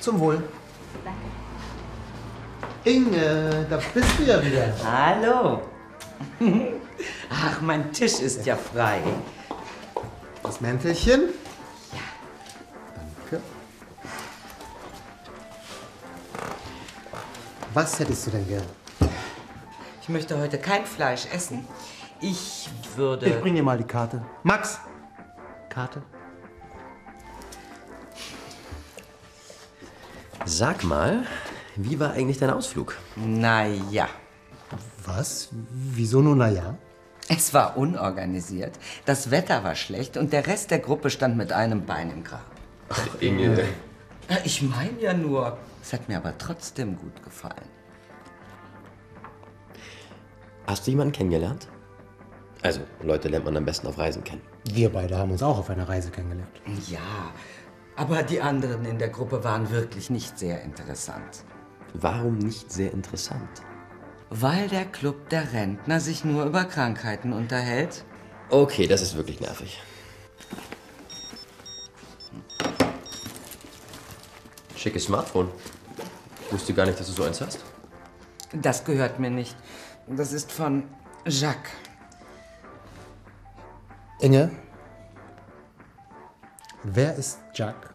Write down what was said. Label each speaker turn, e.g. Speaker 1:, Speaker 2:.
Speaker 1: Zum Wohl. Inge, da bist du ja wieder.
Speaker 2: Hallo. Ach, mein Tisch ist ja frei.
Speaker 1: Das Mäntelchen. Danke. Was hättest du denn gern?
Speaker 2: Ich möchte heute kein Fleisch essen. Ich würde.
Speaker 1: Ich bring dir mal die Karte. Max! Äh, Karte?
Speaker 3: Sag mal, wie war eigentlich dein Ausflug?
Speaker 2: Naja,
Speaker 1: Was? Wieso nur naja?
Speaker 2: es war unorganisiert, das Wetter war schlecht und der Rest der Gruppe stand mit einem Bein im Grab.
Speaker 3: Inge.
Speaker 2: Na, Ich meine ja nur. Es hat mir aber trotzdem gut gefallen.
Speaker 3: Hast du jemanden kennengelernt? Also, Leute lernt man am besten auf Reisen kennen.
Speaker 1: Wir beide haben uns auch auf einer Reise kennengelernt.
Speaker 2: Ja, aber die anderen in der Gruppe waren wirklich nicht sehr interessant.
Speaker 3: Warum nicht sehr interessant?
Speaker 2: Weil der Club der Rentner sich nur über Krankheiten unterhält?
Speaker 3: Okay, das ist wirklich nervig. Schickes Smartphone. Wusste gar nicht, dass du so eins hast.
Speaker 2: Das gehört mir nicht. Das ist von Jacques.
Speaker 1: Inge? Wer ist Jack?